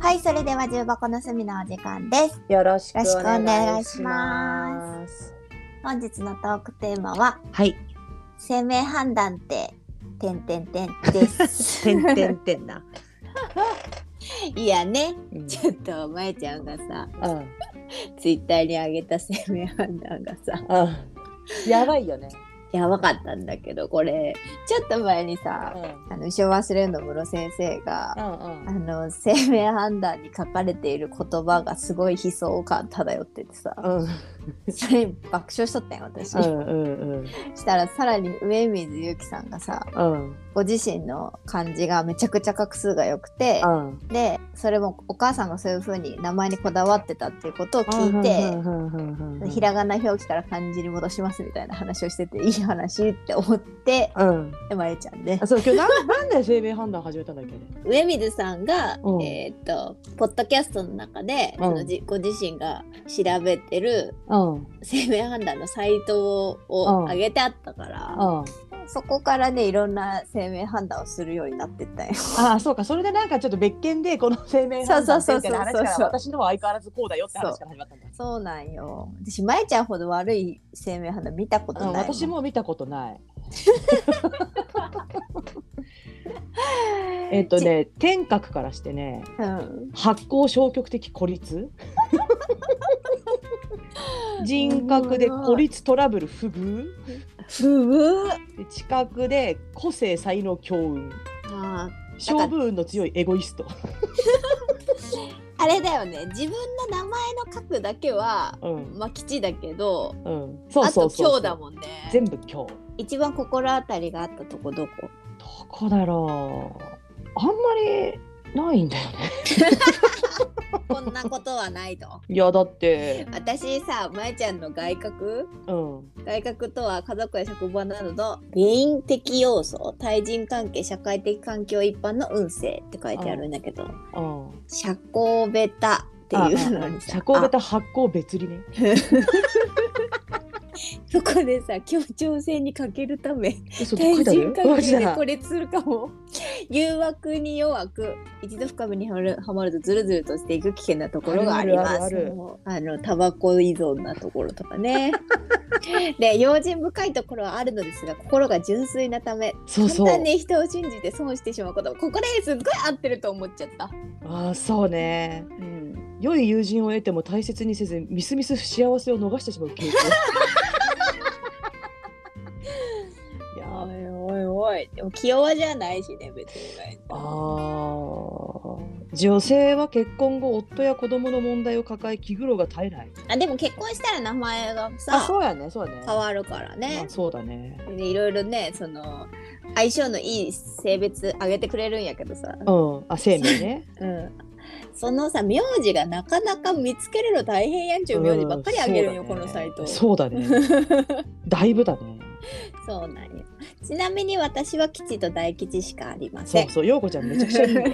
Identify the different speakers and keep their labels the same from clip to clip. Speaker 1: はい、それでは重箱の隅のお時間です。
Speaker 2: よろしく
Speaker 1: よろしく
Speaker 2: お
Speaker 1: お願
Speaker 2: 願
Speaker 1: い
Speaker 2: い
Speaker 1: し
Speaker 2: し
Speaker 1: ま
Speaker 2: ます。
Speaker 1: 本日のトークテーマは、
Speaker 2: はい、
Speaker 1: 生命判断って、てんてんてんです。
Speaker 2: てんてんてんな。
Speaker 1: いやね、
Speaker 2: うん、
Speaker 1: ちょっと、まえちゃんがさ、
Speaker 2: うん
Speaker 1: ツイッターに上げた生命判断がさ、
Speaker 2: うんやばいよね。
Speaker 1: やばかったんだけど、これ、ちょっと前にさ
Speaker 2: う、ん、
Speaker 1: あの、一生忘れんの室先生が、
Speaker 2: うん、う
Speaker 1: あ
Speaker 2: ん、
Speaker 1: の生命判断に書かれている言葉がすごい悲壮感漂っててさ
Speaker 2: うん、
Speaker 1: それに爆笑しとったんよ私、
Speaker 2: うん、
Speaker 1: したらさらに上水ゆきさんがさ
Speaker 2: うん、
Speaker 1: ご自身の漢字がめちゃくちゃ画数が良くて
Speaker 2: うん。
Speaker 1: でそれもお母さんがそういう風に名前にこだわってたっていうことを聞いて。ひらがな表記から漢字に戻しますみたいな話をしてていい話って思って
Speaker 2: うん、
Speaker 1: でまえちゃんで
Speaker 2: あそう今日なんなんで生命判断始めたんだっけね。
Speaker 1: 上水さんが、
Speaker 2: うん
Speaker 1: えーっとポッドキャストの中で、
Speaker 2: うん
Speaker 1: そのじご自身が調べてる
Speaker 2: うん、うん、
Speaker 1: 生命判断のサイトを上げてあったから、
Speaker 2: あ
Speaker 1: そこからねいろんな生命判断をするようになってったよ。
Speaker 2: あそうかそれでなんかちょっと別件でこの生命判断ってみたいな話から私の方は相変わらずこうだよって話から始まったんだ。
Speaker 1: そうなんよ。私まえちゃんほど悪い生命判断見たこと
Speaker 2: うん、
Speaker 1: ないもん。
Speaker 2: 私も見たことない。えっとね、天閣からしてね、
Speaker 1: うん。
Speaker 2: 発行消極的 孤立。人格で孤立トラブル不遇。
Speaker 1: ふぐ。
Speaker 2: で知覚で個性才能強運。
Speaker 1: あ
Speaker 2: 勝負運の強いエゴイスト。
Speaker 1: あれだよね。自分の名前の書くだけは、
Speaker 2: うん、
Speaker 1: まあ吉だけど、
Speaker 2: うん、そうそうそうそう。
Speaker 1: あと今日だもんね。
Speaker 2: 全部今日。
Speaker 1: 一番心当たりがあったとこどこ？
Speaker 2: どこだろう。あんまりないんだよね。
Speaker 1: こんなことはないと。
Speaker 2: いや、だって。
Speaker 1: 私さ、まえちゃんの外角
Speaker 2: うん。
Speaker 1: 外角とは家族や職場などの原因的要素対人関係社会的環境一般の運勢って書いてあるんだけど、
Speaker 2: うん。
Speaker 1: 社交ベタっていうのにさ
Speaker 2: 社交ベタ発行別離ね。
Speaker 1: あそこでさ協調性に欠けるため
Speaker 2: え、そ
Speaker 1: 対人関
Speaker 2: マジ
Speaker 1: 係で
Speaker 2: だ
Speaker 1: これするかも誘惑に弱く一度深みにはるは まるとずるずるとしていく危険なところがあります
Speaker 2: あるあるある
Speaker 1: もうあのタバコ依存なところとか ねで用心深いところはあるのですが心が純粋なため
Speaker 2: そうそ
Speaker 1: 簡単
Speaker 2: う。
Speaker 1: に人を信じて損してしまうことここですっごい合ってると思っちゃった、
Speaker 2: ああ、そうね。
Speaker 1: うん、
Speaker 2: 良い友人を得ても大切にせず、みすみす幸せを逃してしまう傾向。いや
Speaker 1: お
Speaker 2: ー
Speaker 1: いおいおいでも器用じゃないしね別に
Speaker 2: あー女性は結婚後夫や子供の問題を抱え気苦労が絶えない
Speaker 1: あでも結婚したら名前が
Speaker 2: あ
Speaker 1: さ
Speaker 2: そうやねそうやね
Speaker 1: 変わるから
Speaker 2: ま
Speaker 1: ね
Speaker 2: あ、そうだね
Speaker 1: でいろいろねその相性のいい性別あげてくれるんやけどさ、
Speaker 2: うんあ生命ね
Speaker 1: うん、そのさ名字がなかなか見つけるの大変やんちゅう名字ばっかりあげるんよ、
Speaker 2: うん
Speaker 1: このサイト
Speaker 2: そう だねそうだねだいぶだね
Speaker 1: そうなんよちなみに私は吉と大吉しかありませ
Speaker 2: そ
Speaker 1: ん
Speaker 2: うそう陽子ちゃんめちゃくちゃ いいんだよ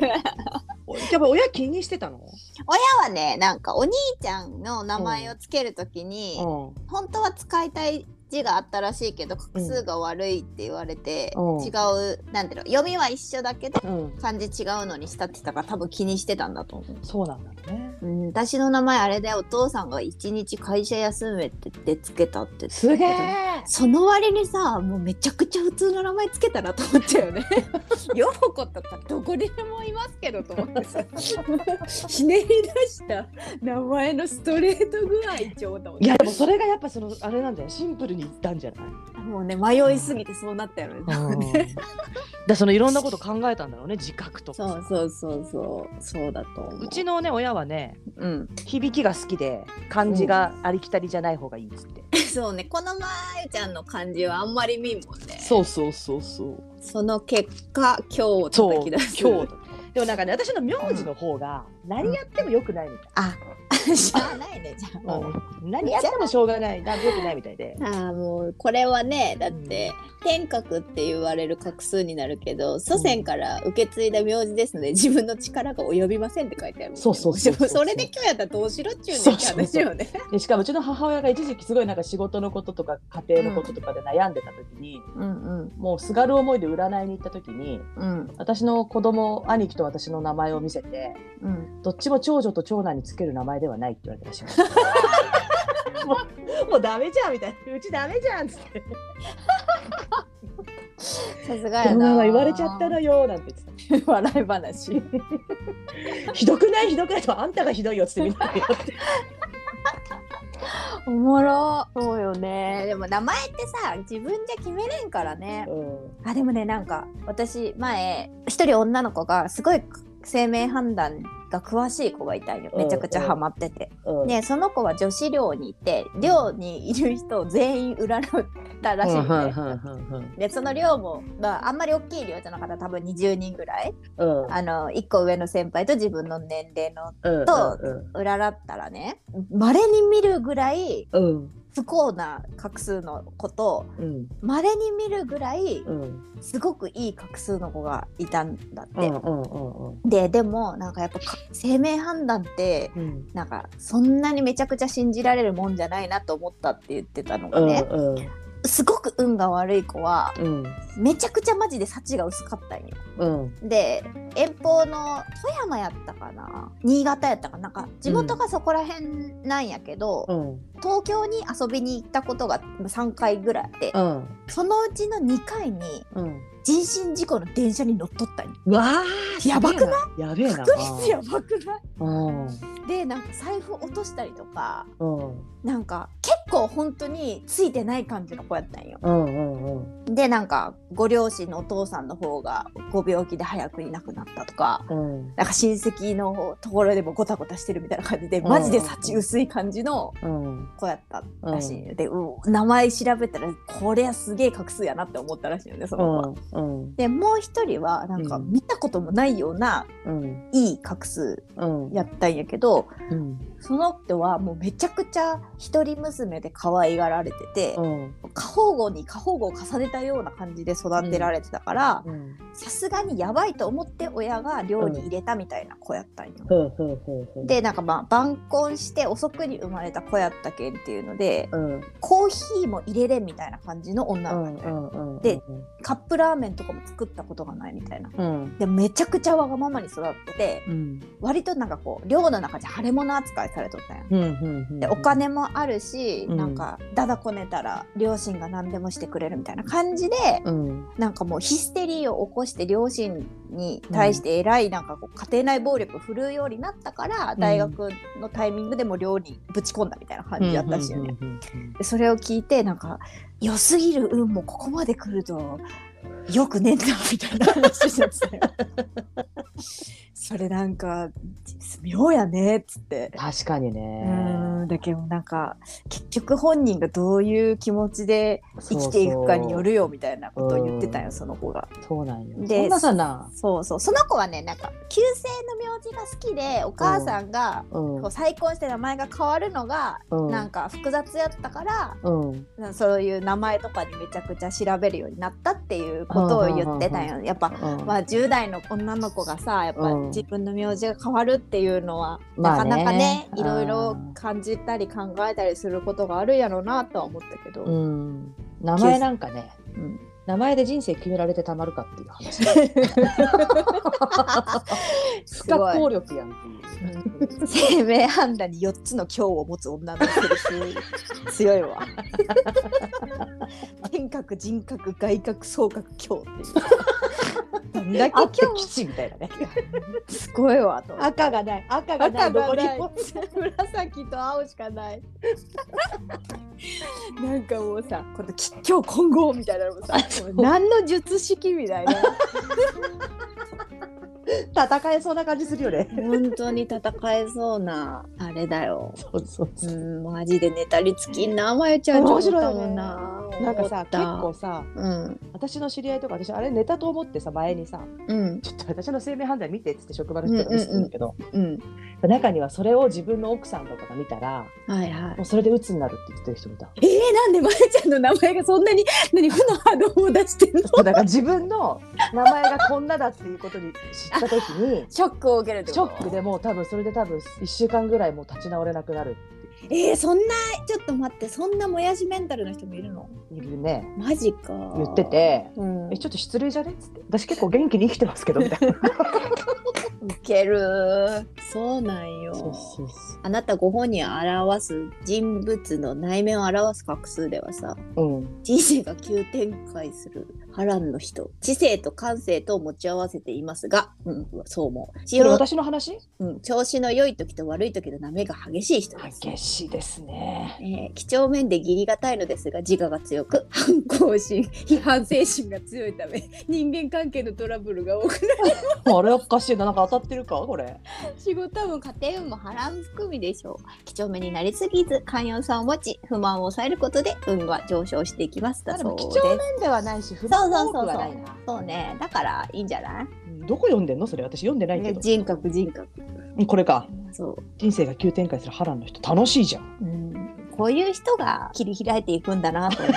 Speaker 2: おやっぱ親気にしてたの
Speaker 1: はねなんかお兄ちゃんの名前をつけるときに、
Speaker 2: う
Speaker 1: 本当は使いたい字があったらしいけど画数が悪いって言われて、
Speaker 2: うん
Speaker 1: 違うなんていうの読みは一緒だけど
Speaker 2: ん、うん、
Speaker 1: 漢字違うのにしたって言ったから多分気にしてたんだと思う。
Speaker 2: そうなんだね
Speaker 1: うん、私の名前あれだよお父さんが一日会社休めって言ってつけたって言ってたけど
Speaker 2: すげえ
Speaker 1: その割にさもうめちゃくちゃ普通の名前つけたなと思ったよ ね。ヨモコとかどこにでもいますけどと思ってさ ひねり出した名前のストレート具合ちょうど
Speaker 2: いやでもそれがやっぱそのあれなんだよシンプルに言ったんじゃない
Speaker 1: もうね迷いすぎてそうなったよね。
Speaker 2: だそのいろんなこと考えたんだろうね自覚とか
Speaker 1: そうそうそうそうそうだと思う。
Speaker 2: うちのね親はね
Speaker 1: うん、
Speaker 2: 響きが好きで漢字がありきたりじゃない方がいいっつって、
Speaker 1: そうねこのまゆちゃんの感じはあんまり見んもんね。
Speaker 2: そうそうそうそう
Speaker 1: その結果今日を
Speaker 2: そう
Speaker 1: 叩き出す。
Speaker 2: 今日でもなんかね私の名字の方が何やってもよくないみたい
Speaker 1: あ しゃあないねじゃあもう
Speaker 2: うん何やってもしょうがないな良くないみたいで
Speaker 1: ああもうこれはねだって天格って言われる画数になるけど祖先から受け継いだ名字ですので自分の力が及びませんって書いてあるもんね
Speaker 2: そうそうそうそう
Speaker 1: でもそれで今日やったらどうしろっちゅうねんって話よね
Speaker 2: でしかもうちの母親が一時期すごいなんか仕事のこととか家庭のこととかで悩んでた時に、
Speaker 1: うんうん
Speaker 2: もうすがる思いで占いに行った時に
Speaker 1: うん
Speaker 2: 私の子供兄貴と私の名前を見せて
Speaker 1: うん
Speaker 2: どっちも長女と長男につける名前ではないって言われてらっしゃいました。もうもうダメじゃんみたいなうちダメじゃんっつって
Speaker 1: さす
Speaker 2: 「
Speaker 1: がや
Speaker 2: こんな
Speaker 1: なん
Speaker 2: は言われちゃったのよ」なんて言ってた
Speaker 1: 笑い話
Speaker 2: ひどくないひどくないとあんたがひどいよっつってみんなでやって
Speaker 1: おもろそうよねでも名前ってさ自分じゃ決めれんからね
Speaker 2: うん
Speaker 1: あでもねなんか私前一人女の子がすごい生命判断が詳しい子がいたんよめちゃくちゃハマってて、
Speaker 2: うん
Speaker 1: でその子は女子寮にいて寮にいる人を全員占ったらしいんで,、でその寮も、まあ、あんまり大きい寮じゃなかった多分20人ぐらい
Speaker 2: うん
Speaker 1: あの1個上の先輩と自分の年齢の
Speaker 2: うん
Speaker 1: と
Speaker 2: うん
Speaker 1: 占ったらねまれに見るぐらい
Speaker 2: うん
Speaker 1: 不幸な画数の子と
Speaker 2: うん
Speaker 1: まれに見るぐらい
Speaker 2: うん
Speaker 1: すごくいい画数の子がいたんだって。
Speaker 2: うんうんうん
Speaker 1: ででもなんかやっぱか生命判断って
Speaker 2: うん
Speaker 1: なんかそんなにめちゃくちゃ信じられるもんじゃないなと思ったって言ってたの
Speaker 2: う
Speaker 1: が
Speaker 2: ん
Speaker 1: ね、すごく運が悪い子は
Speaker 2: うん
Speaker 1: めちゃくちゃマジで幸が薄かったんよ。
Speaker 2: うん
Speaker 1: で遠方の富山やったかな新潟やったかななんか地元がそこら辺なんやけど、
Speaker 2: うん
Speaker 1: 東京に遊びに行ったことが3回ぐらいあって、
Speaker 2: うん
Speaker 1: そのうちの2回に
Speaker 2: うん
Speaker 1: 人身事故の電車に乗っ取ったんよ。
Speaker 2: わあ
Speaker 1: やばく
Speaker 2: いやべえな
Speaker 1: 確率やばくない
Speaker 2: うん
Speaker 1: でなんか財布落としたりとか
Speaker 2: うん
Speaker 1: なんか結構本当についてない感じの子やったんよ。
Speaker 2: うんうんうん
Speaker 1: でなんかご両親のお父さんの方がご病気で早くいなくなったとか
Speaker 2: うん
Speaker 1: なんか親戚のところでもごたごたしてるみたいな感じでマジで幸薄い感じの
Speaker 2: うん
Speaker 1: 子やったらしいんよで、うん名前調べたらこりゃすげえ画数やなって思ったらしいよねその子は。
Speaker 2: うん
Speaker 1: でもう一人はなんか
Speaker 2: うん
Speaker 1: 見たこともないような
Speaker 2: うん
Speaker 1: いい画数
Speaker 2: うん
Speaker 1: やったんやけど
Speaker 2: うん
Speaker 1: その人はもうめちゃくちゃ一人娘で可愛がられてて
Speaker 2: うん
Speaker 1: 過保護に過保護を重ねたような感じで育てられてたから
Speaker 2: うん
Speaker 1: さすがにやばいと思って親が寮に入れたみたいな子やったんよ。
Speaker 2: ほうほうほうほう
Speaker 1: でなんかまあ晩婚して遅くに生まれた子やったけんっていうので
Speaker 2: うん
Speaker 1: コーヒーも入れれんみたいな感じの
Speaker 2: う
Speaker 1: 女の子
Speaker 2: ん
Speaker 1: やっ
Speaker 2: う
Speaker 1: たよ
Speaker 2: んうん
Speaker 1: でカップラーメンとかも作ったことがないみたいな。
Speaker 2: うん
Speaker 1: でめちゃくちゃわがままに育ってて
Speaker 2: うん
Speaker 1: 割となんかこう寮の中で腫れ物扱いされとったんや。
Speaker 2: うんうん
Speaker 1: でお金もあるし、
Speaker 2: うん
Speaker 1: なんかだだこねたら両親が何でもしてくれるみたいな感じで
Speaker 2: うん
Speaker 1: なんかもうヒステリーを起こして両親に対して偉いなんかこう家庭内暴力振るうようになったから
Speaker 2: ん
Speaker 1: 大学のタイミングでも寮にぶち込んだみたいな感じだったしよね。
Speaker 2: うんうんうんうん
Speaker 1: でそれを聞いてなんか良すぎる運もここまで来るとよくねえんだみたいな話してたよ。それなんか妙やねっつって。
Speaker 2: 確かに
Speaker 1: う
Speaker 2: ね
Speaker 1: ーんだけどなんか結局本人がどういう気持ちで生きていくかによるよみたいなことを言ってたよその子が。
Speaker 2: そうなんよ
Speaker 1: で
Speaker 2: そんなさな
Speaker 1: そうそうその子はねなんか旧姓の名字が好きでお母さんが
Speaker 2: うん
Speaker 1: こう再婚して名前が変わるのが
Speaker 2: うん
Speaker 1: なんか複雑やったから
Speaker 2: うん
Speaker 1: なそういう名前とかにめちゃくちゃ調べるようになったっていうことを言ってたよやっぱ
Speaker 2: うん
Speaker 1: まあ、10代の女の子がさやっぱ
Speaker 2: うん
Speaker 1: 自分の名字が変わるっていうのは、
Speaker 2: ま
Speaker 1: な
Speaker 2: あ
Speaker 1: か
Speaker 2: ね
Speaker 1: なかね
Speaker 2: うん
Speaker 1: いろいろ感じたり考えたりすることがあるやろうなとは思ったけど、
Speaker 2: うん名前なんかね
Speaker 1: うん
Speaker 2: 名前で人生決められてたまるかっていう話不可抗力やんっていう
Speaker 1: 生 命判断に4つの強を持つ女の子です強いわ天格人格外格総格強っ ていうどんだ
Speaker 2: あっ
Speaker 1: け
Speaker 2: て
Speaker 1: 強
Speaker 2: 吉みたいなね
Speaker 1: すごいわと思って
Speaker 2: 赤がない赤がない
Speaker 1: 赤
Speaker 2: ど
Speaker 1: が
Speaker 2: こに
Speaker 1: ない
Speaker 2: も
Speaker 1: 紫と青しかない なんかもうさこの吉祥混合みたいなのもさもう何の術式みたいな
Speaker 2: 戦えそうな感じするよね
Speaker 1: 本当に戦えそうなあれだよ
Speaker 2: そうそうそう
Speaker 1: うんマジで寝たりつきんなまゆちゃんちょっとだもんな
Speaker 2: なんかさ
Speaker 1: 思った
Speaker 2: 結構さ
Speaker 1: うん
Speaker 2: 私の知り合いとか私あれネタと思ってさ前にさ
Speaker 1: うん
Speaker 2: ちょっと私の生命判断見てっつって職場の人とか見せてたんだけど、
Speaker 1: うん
Speaker 2: 中にはそれを自分の奥さんとかが見たら
Speaker 1: はいはい
Speaker 2: もうそれで鬱になるって言ってる人もいた
Speaker 1: えー、なんでまやちゃんの名前がそんなに何負の波動を出してんの
Speaker 2: そうだから自分の名前がこんなだっていうことに知った時 に
Speaker 1: ショックを受けるって
Speaker 2: ショックでもう多分それで多分1週間ぐらいもう立ち直れなくなる
Speaker 1: えー、そんなちょっと待ってそんなもやしメンタルの人もいるの
Speaker 2: いるね
Speaker 1: マジか
Speaker 2: 言ってて。
Speaker 1: うん
Speaker 2: えちょっと失礼じゃねっつって私結構元気に生きてますけどみたいな
Speaker 1: いけるそうなんよ
Speaker 2: そうそ
Speaker 1: あなたご本人を表す人物の内面を表す画数ではさ
Speaker 2: う、うん、
Speaker 1: 人生が急展開する波乱の人知性と感性とを持ち合わせていますが、うん、そう思う
Speaker 2: それ
Speaker 1: 調,、
Speaker 2: 私の話
Speaker 1: うん、調子の良い時と悪い時の波が激しい人です、
Speaker 2: 激しいです ね
Speaker 1: えー、几帳面で義理がたいのですが自我が強く反抗心 批判精神が強いため人間関係のトラブルが多くな
Speaker 2: あれおかしいななんか当たってるかこれ
Speaker 1: る仕事も家庭運も波乱含みでしょう几帳面になりすぎず寛容さを持ち不満を抑えることで運が上昇していきますだ
Speaker 2: で
Speaker 1: そう
Speaker 2: も
Speaker 1: で
Speaker 2: 貴
Speaker 1: す
Speaker 2: 重面ではないし不
Speaker 1: そう
Speaker 2: 満
Speaker 1: そうそう
Speaker 2: 多くは
Speaker 1: そ
Speaker 2: な
Speaker 1: う
Speaker 2: いな
Speaker 1: そうねだからいいんじゃない
Speaker 2: どこ読んでんのそれ私読んでないけ
Speaker 1: ね
Speaker 2: ど、
Speaker 1: 人格人格
Speaker 2: うんこれか
Speaker 1: そう、
Speaker 2: 人生が急展開する波乱の人楽しいじゃん
Speaker 1: うん、こういう人が切り開いていくんだなと思 う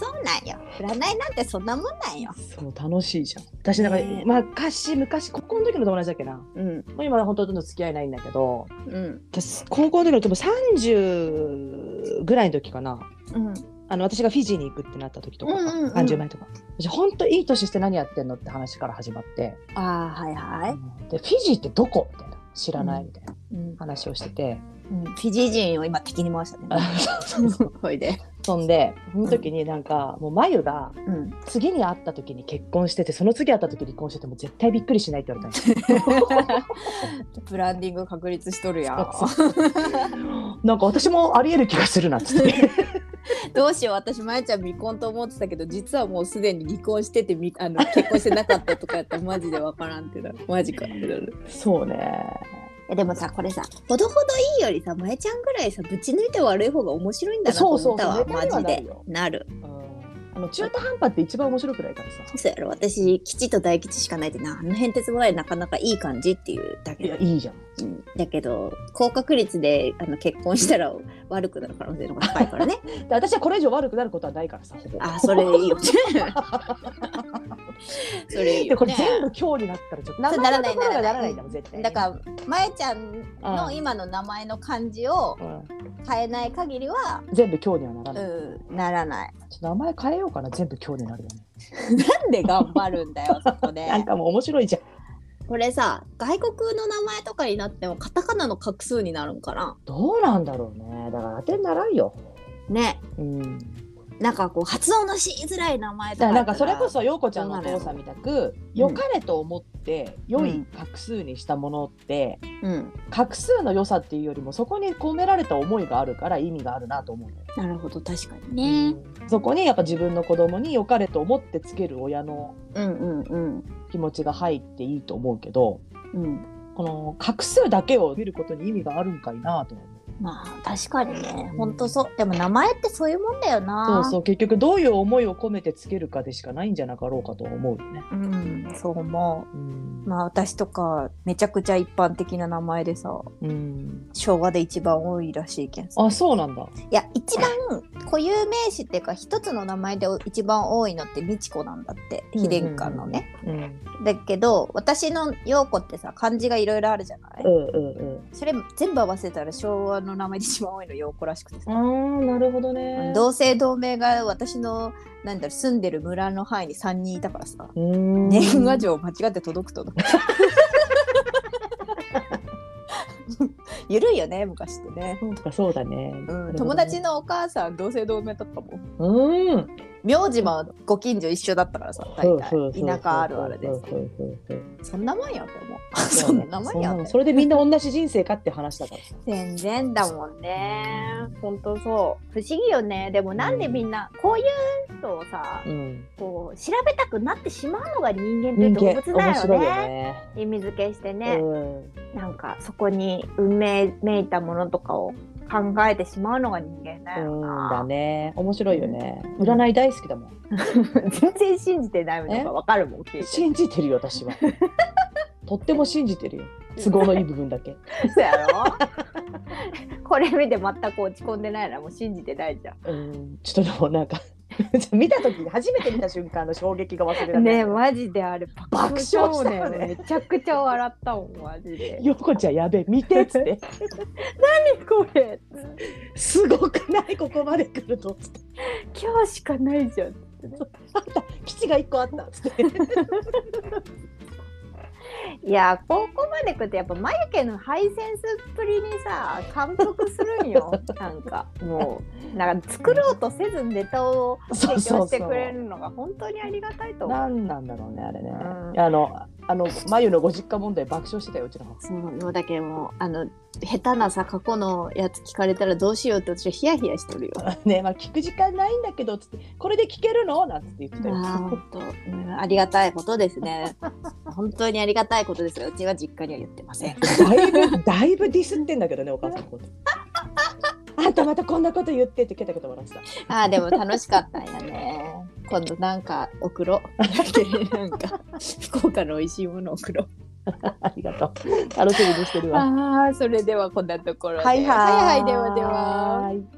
Speaker 1: そうなんよ占いなんてそんなもんなんよ
Speaker 2: そう楽しいじゃん私なんか、
Speaker 1: ねえ
Speaker 2: まあ昔昔高校の時の友達だっけなも
Speaker 1: うん
Speaker 2: う今は本当との付き合いないんだけど
Speaker 1: うん
Speaker 2: 私高校の時の多分30ぐらいの時かな
Speaker 1: うん
Speaker 2: あの私がフィジーに行くってなった時とか、
Speaker 1: うんうんうん
Speaker 2: 30前とか私本当いい年して何やってんのって話から始まって、
Speaker 1: ああはいは、
Speaker 2: でフィジーってどこみたいな知らないみたいない
Speaker 1: うん
Speaker 2: 話をしてて、
Speaker 1: うん、フィジー人を今敵に回したね ほいで
Speaker 2: そんでその時になんか、もう眉が
Speaker 1: うん
Speaker 2: 次に会った時に結婚しててその次会った時に離婚してても絶対びっくりしないって言われた
Speaker 1: ブランディング確立しとるやん
Speaker 2: の なんか私もありえる気がするなっつって
Speaker 1: どうしよう私まやちゃん未婚と思ってたけど実はもうすでに離婚しててみあの結婚してなかったとかやったらマジでわからんってなるマジかってなる
Speaker 2: そうね
Speaker 1: えでもさこれさほどほどいいよりさまえちゃんぐらいさぶち抜いて悪い方が面白いんだなと
Speaker 2: そうそ
Speaker 1: 思っ
Speaker 2: う
Speaker 1: たわ
Speaker 2: そうネタには
Speaker 1: マジ
Speaker 2: なる
Speaker 1: で
Speaker 2: よ
Speaker 1: なる
Speaker 2: あの中途半端って一番面白くないからさ
Speaker 1: そうやろ私吉と大吉しかないってなあの変哲もないなかなかいい感じっていうだ
Speaker 2: い
Speaker 1: け
Speaker 2: や
Speaker 1: だ,、
Speaker 2: いいじゃん
Speaker 1: うん、だけど高確率であの結婚したら悪くなる可能性の方が高いからね
Speaker 2: で私はこれ以上悪くなることはないからさほぼ
Speaker 1: あそれいいよ それいい
Speaker 2: で
Speaker 1: よ
Speaker 2: これ
Speaker 1: ね
Speaker 2: 全部今日になったらちょっと名
Speaker 1: そう
Speaker 2: 前
Speaker 1: な
Speaker 2: の
Speaker 1: ら
Speaker 2: と
Speaker 1: ない
Speaker 2: ころがならないん
Speaker 1: な
Speaker 2: だもん絶対
Speaker 1: だからまえちゃんの今の名前の漢字を
Speaker 2: ら、うん
Speaker 1: 変えない限りは、
Speaker 2: 全部今日にはならない、
Speaker 1: うん、ならない
Speaker 2: ちょっと名前変えようかな全部今日になるよね
Speaker 1: なんで頑張るんだ よ、そこで。
Speaker 2: なんかもう面白いじゃん
Speaker 1: これさ、外国の名前とかになっても、カタカナの画数になるんかな。
Speaker 2: どうなんだろうねだから当てにならんよ
Speaker 1: ね、
Speaker 2: うん
Speaker 1: なんかこう発音のしづらい名前と
Speaker 2: だ
Speaker 1: か。
Speaker 2: からなんかそれこ。そ陽子ちゃんのお父さんみたく良かれと思って良
Speaker 1: う
Speaker 2: い
Speaker 1: ん
Speaker 2: 画数にしたものって
Speaker 1: うん、
Speaker 2: 画数の良さっていうよりもそこに込められた思いがあるから意味があるなと思うのよ
Speaker 1: なるほど、確かにね。
Speaker 2: そこにやっぱ自分の子供に良かれと思ってつける親の
Speaker 1: うんうんうん。
Speaker 2: 気持ちが入っていいと思うけど
Speaker 1: うん、
Speaker 2: この画数だけを見ることに意味があるんかいなと思う
Speaker 1: まあ、確かにね、本当そう、でも名前ってそういうもんだよ
Speaker 2: そ
Speaker 1: な。
Speaker 2: うそう結局どういう思いを込めてつけるかでしかないんじゃなかろうかと思うよね。
Speaker 1: うん、そう思う。
Speaker 2: うん
Speaker 1: まあ、私とか、めちゃくちゃ一般的な名前でさ、
Speaker 2: うん、
Speaker 1: 昭和で一番多いらしいけんさ。
Speaker 2: あそうなんだ。
Speaker 1: いや一番固有名詞っていうか一つの名前で一番多いのって美智子なんだって
Speaker 2: うんうん
Speaker 1: 秘伝館のね、
Speaker 2: うん
Speaker 1: だけど私の陽子ってさ漢字がいろいろあるじゃない、
Speaker 2: うんうんうん
Speaker 1: それ全部合わせたら昭和の名前で一番多いの陽子らしくてさ、
Speaker 2: ああなるほどね。
Speaker 1: 同姓同名が私のなんだろう住んでる村の範囲に3人いたからさ
Speaker 2: うーん
Speaker 1: 年賀状間違って届く と ゆるいよね昔ってね、
Speaker 2: そうかそうだね。
Speaker 1: うん、
Speaker 2: なるほどね
Speaker 1: 友達のお母さん同姓同名だったもん
Speaker 2: うん。
Speaker 1: 名字もご近所一緒だったからさ大
Speaker 2: そうそう
Speaker 1: 体
Speaker 2: そう
Speaker 1: 田舎あるあるで
Speaker 2: そうそうそうそう
Speaker 1: そんなもんよって思う
Speaker 2: そ
Speaker 1: そ
Speaker 2: うんね
Speaker 1: なもんよ
Speaker 2: そ
Speaker 1: っ
Speaker 2: もん
Speaker 1: て
Speaker 2: それでみんな同じ人生かって話だからさ。
Speaker 1: 全然だもんねほんとそう不思議よねでもなんでみんなこういう人をさ
Speaker 2: うん。
Speaker 1: こう調べたくなってしまうのが人間って
Speaker 2: 人
Speaker 1: 動
Speaker 2: 間
Speaker 1: 物だ
Speaker 2: 面白
Speaker 1: よ
Speaker 2: いよ
Speaker 1: ね
Speaker 2: ね。
Speaker 1: 意味付けして
Speaker 2: う
Speaker 1: ね、
Speaker 2: ん。
Speaker 1: なんかそこに運命めいたものとかを
Speaker 3: 考えてしまうのが人間だよ
Speaker 2: うん
Speaker 3: な
Speaker 2: だ。ね。面白いよね。占い大好きだもん。
Speaker 3: 全然信じてないのがわかるもん、聞いて。
Speaker 2: 信じてるよ、私は。とっても信じてるよ。都合のいい部分だけ。
Speaker 3: そうやろ これ見て全く落ち込んでないな、もう信じてないじゃ
Speaker 2: うん、ちょっとでもなんか 見た時初めて見た瞬間の衝撃が忘れられない。
Speaker 3: ん。ねえ、マジであれ、
Speaker 2: 爆笑したよね
Speaker 3: めちゃくちゃ笑ったもん、マジで。
Speaker 2: よこちゃんやべえ見てっつって
Speaker 3: これ、
Speaker 2: すごくないここまで来るとつって
Speaker 3: 今日しかないじゃん。
Speaker 2: あった基地が一個あったつって
Speaker 3: いやここまで来るとやっぱ眉毛のハイセンスっぷりにさ感服するん よなんかもうなんか作ろうとせずネタを
Speaker 2: そ
Speaker 3: 提
Speaker 2: うそ
Speaker 3: 供
Speaker 2: う
Speaker 3: して
Speaker 2: そう
Speaker 3: くれるのが本当にありがたいと思う。
Speaker 2: 何なんだろうねあれね、
Speaker 3: うん
Speaker 2: あのあの眉のご実家問題爆笑してたようちの母
Speaker 1: そうもうだけどもうあの下手なさ過去のやつ聞かれたらどうしようって私はヒヤヒヤしてるよ。
Speaker 2: ねまあ聞く時間ないんだけどつってこれで聞けるのなんて言ってたよ
Speaker 1: まあ本当、うんありがたいことです ね。本当にありがたいことですがうちは実家には言ってません。
Speaker 2: だいぶだいぶディスってんだけどねお母さんのこと あんたまたこんなこと言ってってケタケタ笑ってた
Speaker 1: ああでも楽しかったんやね。今度なんか送ろう。なんか 福岡の美味しいもの送ろう。
Speaker 2: ありがとう楽しみにしてるわ
Speaker 1: ああそれではこんなところで。
Speaker 2: はいはい
Speaker 1: はいはいではでは。
Speaker 2: はい